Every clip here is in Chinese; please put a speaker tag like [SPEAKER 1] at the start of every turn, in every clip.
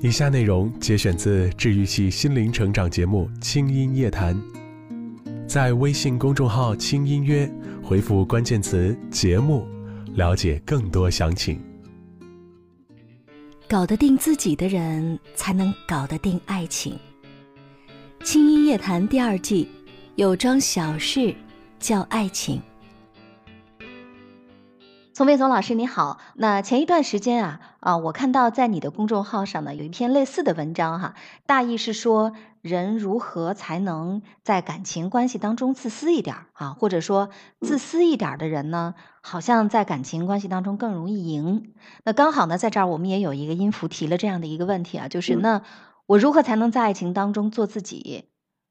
[SPEAKER 1] 以下内容节选自治愈系心灵成长节目《轻音夜谈》，在微信公众号“轻音约”回复关键词“节目”，了解更多详情。
[SPEAKER 2] 搞得定自己的人，才能搞得定爱情。《轻音夜谈》第二季有桩小事叫爱情。
[SPEAKER 3] 宋卫总老师你好，那前一段时间啊啊，我看到在你的公众号上呢有一篇类似的文章哈，大意是说人如何才能在感情关系当中自私一点儿啊，或者说
[SPEAKER 4] 嗯
[SPEAKER 3] 自私一点儿的人呢，好像在感情关系当中更容易赢。那刚好呢，在这儿我们也有一个音符提了这样的一个问题啊，
[SPEAKER 4] 嗯
[SPEAKER 3] 就是那我如何才能在爱情当中做自己？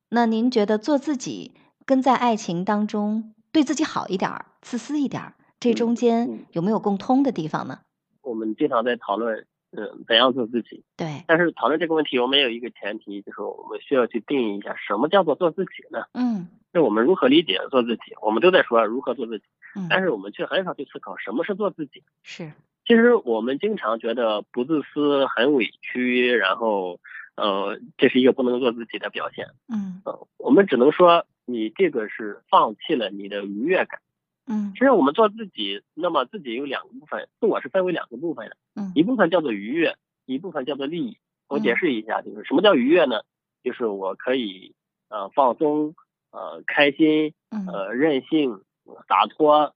[SPEAKER 3] 那您觉得做自己跟在爱情当中对自己好一点儿、自私一点儿？
[SPEAKER 4] 嗯
[SPEAKER 3] 这中间有没有共通的地方呢？
[SPEAKER 4] 我们经常在讨论，嗯，怎样做自己。
[SPEAKER 3] 对，
[SPEAKER 4] 但是讨论这个问题，我们有一个前提，就是我们需要去定义一下什么叫做做自己呢？
[SPEAKER 3] 嗯
[SPEAKER 4] 那我们如何理解做自己？我们都在说如何做自己，
[SPEAKER 3] 嗯，
[SPEAKER 4] 但是我们却很少去思考什么是做自己。
[SPEAKER 3] 是，
[SPEAKER 4] 其实我们经常觉得不自私、很委屈，然后，呃，这是一个不能做自己的表现。
[SPEAKER 3] 嗯
[SPEAKER 4] 呃，我们只能说你这个是放弃了你的愉悦感。
[SPEAKER 3] 嗯
[SPEAKER 4] 其实我们做自己，那么自己有两个部分，自我是分为两个部分的，
[SPEAKER 3] 嗯
[SPEAKER 4] 一部分叫做愉悦，一部分叫做利益。我
[SPEAKER 3] 嗯
[SPEAKER 4] 解释一下，就是什么叫愉悦呢？就是我可以呃放松，呃开心，
[SPEAKER 3] 嗯
[SPEAKER 4] 呃任性，呃洒脱。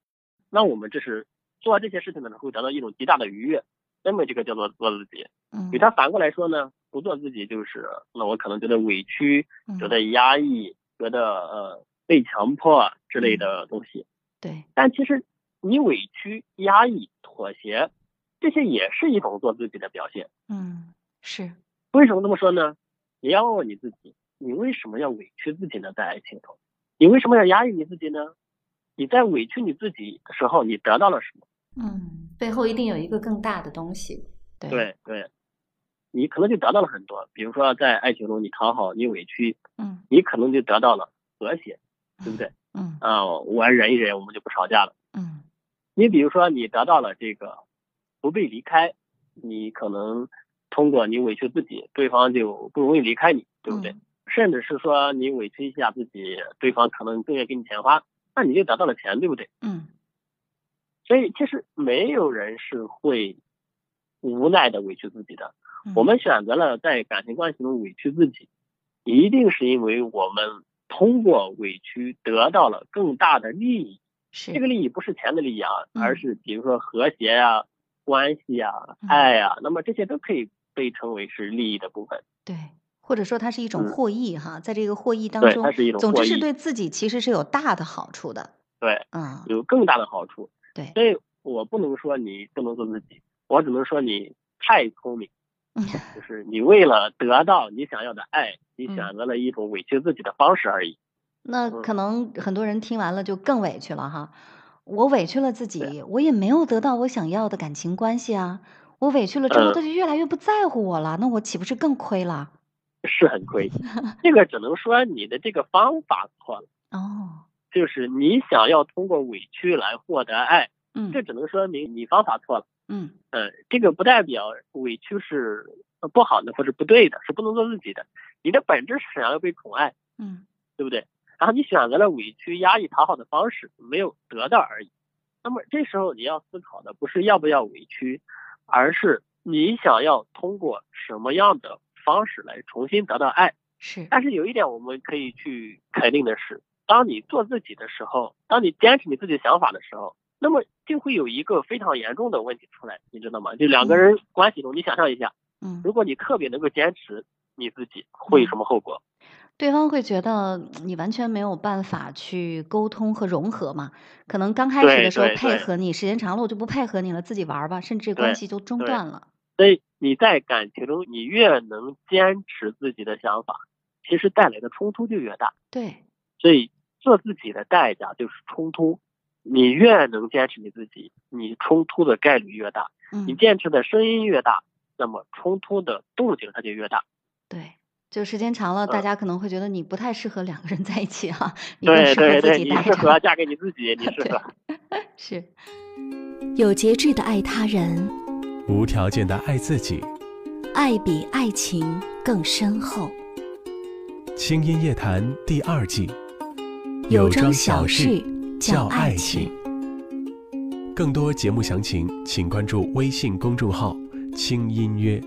[SPEAKER 4] 那我们这是做这些事情的时候会得到一种极大的愉悦，那么这个叫做做自己。
[SPEAKER 3] 嗯，
[SPEAKER 4] 与它反过来说呢，不做自己就是那我可能觉得委屈，
[SPEAKER 3] 嗯
[SPEAKER 4] 觉得压抑，觉得呃被强迫
[SPEAKER 3] 嗯
[SPEAKER 4] 之类的东西。
[SPEAKER 3] 对，
[SPEAKER 4] 但其实你委屈、压抑、妥协，这些也是一种做自己的表现。
[SPEAKER 3] 嗯是，
[SPEAKER 4] 为什么这么说呢？你要问问你自己，你为什么要委屈自己呢？在爱情中，你为什么要压抑你自己呢？你在委屈你自己的时候，你得到了什么？
[SPEAKER 3] 嗯
[SPEAKER 5] 背后一定有一个更大的东西。
[SPEAKER 3] 对，
[SPEAKER 4] 对对，你可能就得到了很多。比如说，在爱情中，你讨好，你委屈，
[SPEAKER 3] 嗯
[SPEAKER 4] 你可能就得到了和谐，对不对？
[SPEAKER 3] 嗯
[SPEAKER 4] 啊、我忍一忍，我们就不吵架了。
[SPEAKER 3] 嗯
[SPEAKER 4] 你比如说，你得到了这个不被离开，你可能通过你委屈自己，对方就不容易离开你，对不对？
[SPEAKER 3] 嗯
[SPEAKER 4] 甚至是说你委屈一下自己，对方可能更愿意给你钱花，那你就得到了钱，对不对？
[SPEAKER 3] 嗯
[SPEAKER 4] 所以其实没有人是会无奈的委屈自己的。
[SPEAKER 3] 嗯
[SPEAKER 4] 我们选择了在感情关系中委屈自己，一定是因为我们通过委屈得到了更大的利益。
[SPEAKER 3] 是
[SPEAKER 4] 这个利益不是钱的利益啊，
[SPEAKER 3] 嗯
[SPEAKER 4] 而是比如说和谐呀、关系呀、
[SPEAKER 3] 嗯
[SPEAKER 4] 爱呀、那么这些都可以被称为是利益的部分。
[SPEAKER 3] 对。或者说它是一种
[SPEAKER 4] 嗯
[SPEAKER 3] 获益哈，在这个获益当
[SPEAKER 4] 对，
[SPEAKER 3] 中
[SPEAKER 4] 它，是一种
[SPEAKER 3] 总
[SPEAKER 4] 获
[SPEAKER 3] 之
[SPEAKER 4] 益
[SPEAKER 3] 是，对自己其实是有大的好处的。
[SPEAKER 4] 对，
[SPEAKER 3] 嗯，
[SPEAKER 4] 有更大的好处。
[SPEAKER 3] 对，
[SPEAKER 4] 所以我不能说你不能做自己，我只能说你太聪明，就是你为了得到你想要的爱，你
[SPEAKER 3] 嗯
[SPEAKER 4] 选择了一种委屈自己的方式而已。
[SPEAKER 3] 那
[SPEAKER 4] 嗯
[SPEAKER 3] 可能很多人听完了就更委屈了哈。我委屈了自己，我也没有得到我想要的感情关系啊。我委屈了之后，
[SPEAKER 4] 嗯
[SPEAKER 3] 他就越来越不在乎我了，那我岂不是更亏了？
[SPEAKER 4] 是很亏， 这个只能说你的这个方法错了，
[SPEAKER 3] 哦，
[SPEAKER 4] 就是你想要通过委屈来获得爱，
[SPEAKER 3] 嗯
[SPEAKER 4] 这只能说明你方法错了。
[SPEAKER 3] 嗯
[SPEAKER 4] 嗯，这个不代表委屈是呃不好的或者不对的，是不能做自己的。你的本质是想要被宠爱，
[SPEAKER 3] 嗯
[SPEAKER 4] 对不对？然后你选择了委屈、压抑、讨好的方式，没有得到而已。那么这时候你要思考的不是要不要委屈，而是你想要通过什么样的方式来重新得到爱。
[SPEAKER 3] 是
[SPEAKER 4] 但是有一点我们可以去肯定的是，当你做自己的时候，当你坚持你自己想法的时候，那么就会有一个非常严重的问题出来，你知道吗？就两个人关系中，你想象一下，
[SPEAKER 3] 嗯，
[SPEAKER 4] 如果你特别能够坚持你自己，会有什么后果？
[SPEAKER 3] 对方会觉得你完全没有办法去沟通和融合嘛？可能刚开始
[SPEAKER 4] 对
[SPEAKER 3] 的时候
[SPEAKER 4] 对
[SPEAKER 3] 配
[SPEAKER 4] 对
[SPEAKER 3] 合你，时间长了我就不配合你了，自己玩儿吧，甚至关
[SPEAKER 4] 对
[SPEAKER 3] 系就中
[SPEAKER 4] 对
[SPEAKER 3] 断了。
[SPEAKER 4] 所以你在感情中，你越能坚持自己的想法，其实带来的冲突就越大。
[SPEAKER 3] 对，
[SPEAKER 4] 所以做自己的代价就是冲突。你越能坚持你自己，你冲突的概率越大。
[SPEAKER 3] 嗯
[SPEAKER 4] 你，坚持的声音越大，那么冲突的动静它就越大。
[SPEAKER 3] 对，就时间长了，大
[SPEAKER 4] 嗯
[SPEAKER 3] 家可能会觉得你不太适合两个人在一起哈、 你更
[SPEAKER 4] 对
[SPEAKER 3] 适合
[SPEAKER 4] 对
[SPEAKER 3] 自
[SPEAKER 4] 对，
[SPEAKER 3] 己
[SPEAKER 4] 你
[SPEAKER 3] 待
[SPEAKER 4] 适
[SPEAKER 3] 着。
[SPEAKER 4] 合嫁给你自己，你适
[SPEAKER 3] 对
[SPEAKER 4] 合。啊
[SPEAKER 3] 是。
[SPEAKER 2] 有节制的爱他人，
[SPEAKER 1] 无条件的爱自己，
[SPEAKER 2] 爱比爱情更深厚。
[SPEAKER 1] 《清音夜谈》第二季，
[SPEAKER 2] 有桩小事叫爱情。
[SPEAKER 1] 更多节目详情，请关注微信公众号“轻音乐”。